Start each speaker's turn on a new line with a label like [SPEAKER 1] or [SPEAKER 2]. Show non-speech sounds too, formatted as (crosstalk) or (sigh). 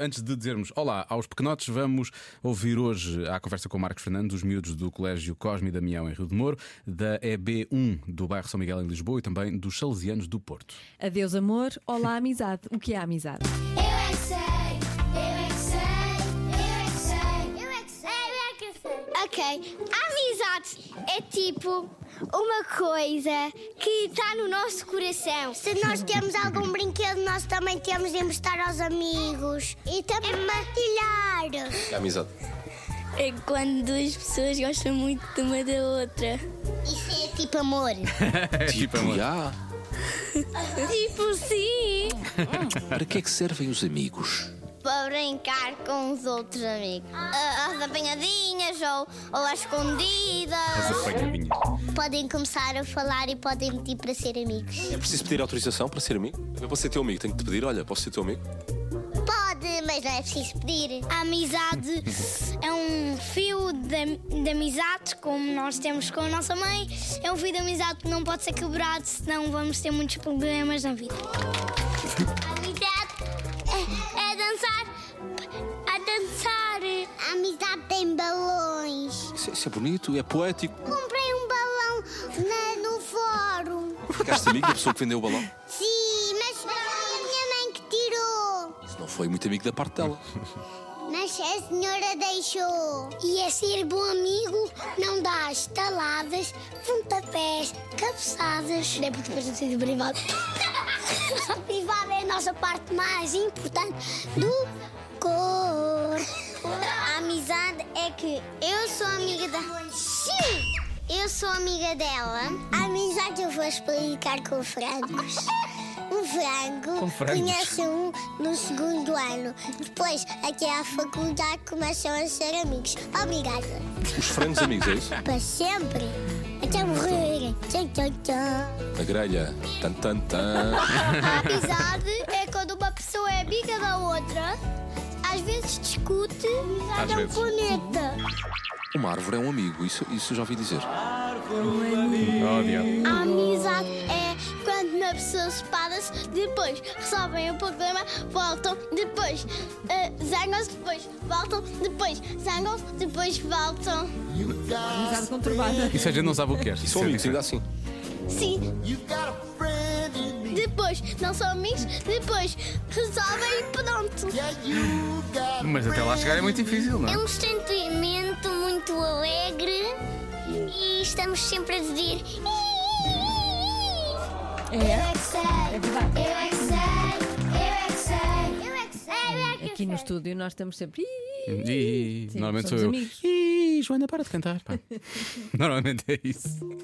[SPEAKER 1] antes de dizermos olá aos pequenotes, vamos ouvir hoje a conversa com o Marcos Fernandes, os miúdos do Colégio Cosme e Damião em Rio de Moro, da EB1 do bairro São Miguel em Lisboa e também dos Salesianos do Porto.
[SPEAKER 2] Adeus, amor. Olá, amizade. O que é a amizade?
[SPEAKER 3] Eu é que sei, eu é que sei, eu é que sei, eu é que sei, eu é que sei. Ok, amizade é tipo uma coisa que está no nosso coração. Se nós temos algum brinquedo, nós também temos de mostrar aos amigos e também partilhar.
[SPEAKER 4] É amizade.
[SPEAKER 5] É quando duas pessoas gostam muito de uma da outra.
[SPEAKER 3] Isso é tipo amor.
[SPEAKER 1] tipo, amor.
[SPEAKER 4] Já.
[SPEAKER 5] (laughs) Tipo, sim!
[SPEAKER 4] Para que é que servem os amigos?
[SPEAKER 3] Para brincar com os outros amigos. Ah, As apanhadinhas ou, ou às
[SPEAKER 1] Essa
[SPEAKER 3] escondidas.
[SPEAKER 1] apanhadinha.
[SPEAKER 3] Podem começar a falar e podem pedir para ser amigos.
[SPEAKER 4] É preciso pedir autorização para ser amigo? Eu posso ser teu amigo, tenho que te pedir, olha, posso ser teu amigo?
[SPEAKER 3] Pode, mas não é preciso pedir.
[SPEAKER 5] A
[SPEAKER 3] (laughs)
[SPEAKER 5] amizade é um fio de, de amizade, como nós temos com a nossa mãe. É um fio de amizade que não pode ser quebrado, senão vamos ter muitos problemas na
[SPEAKER 3] (laughs)
[SPEAKER 5] vida.
[SPEAKER 3] Amizade é, dançar. A dançar. A amizade tem balões.
[SPEAKER 4] Isso, isso é bonito, é poético.
[SPEAKER 3] Comprei um balão no fórum.
[SPEAKER 4] (laughs) Ficaste amigo da pessoa que vendeu o balão?
[SPEAKER 3] Sim, mas foi a minha mãe que tirou.
[SPEAKER 4] Isso não foi muito amigo da parte dela.
[SPEAKER 3] Mas a senhora deixou. E é ser bom amigo não dá estaladas, pontapés, cabeçadas. Nem porque depois não sei do privado. (laughs) o privado é a nossa parte mais importante do corpo. A amizade é que eu sou amiga da. Sim! Eu sou amiga dela. A amizade eu vou explicar com frangos. Um frango
[SPEAKER 1] Com frangos.
[SPEAKER 3] conhece um no segundo ano. Depois, aqui à faculdade, começam a ser amigos. Obrigada.
[SPEAKER 4] (laughs) Os frangos amigos, é isso?
[SPEAKER 3] Para sempre. Até morrer. Tchau, tchau, tchau.
[SPEAKER 4] A grelha. Tan, tan,
[SPEAKER 1] (laughs)
[SPEAKER 4] tan.
[SPEAKER 3] A amizade é quando uma pessoa é amiga da outra, às vezes discute,
[SPEAKER 1] Às é um vezes.
[SPEAKER 3] planeta.
[SPEAKER 4] Uma árvore é um amigo, isso, isso é um eu já ouvi dizer.
[SPEAKER 1] Oh, diabo.
[SPEAKER 3] A amizade é quando uma pessoa separa-se, depois resolvem o problema, voltam, depois eh, zangam-se, depois voltam, depois zangam-se, depois voltam.
[SPEAKER 2] Amizade conturbada.
[SPEAKER 1] Isso a gente não sabe o que é.
[SPEAKER 4] E são
[SPEAKER 1] é
[SPEAKER 4] amigos, ainda
[SPEAKER 1] diferente.
[SPEAKER 4] assim.
[SPEAKER 3] Sim. Depois não são amigos, depois resolvem e pronto.
[SPEAKER 1] Mas até lá chegar é muito difícil, não é?
[SPEAKER 3] um sentimento muito alegre e estamos sempre a dizer.
[SPEAKER 2] É.
[SPEAKER 3] sei,
[SPEAKER 2] verdade.
[SPEAKER 3] eu é que sei, eu é que sei, eu é que sei.
[SPEAKER 2] Aqui no estúdio nós estamos sempre. "Ih".
[SPEAKER 1] Ih,
[SPEAKER 2] Sim,
[SPEAKER 1] normalmente sou
[SPEAKER 2] somos
[SPEAKER 1] eu.
[SPEAKER 2] amigos.
[SPEAKER 1] (laughs) Ih, Joana, para de cantar. pá. normalmente é isso.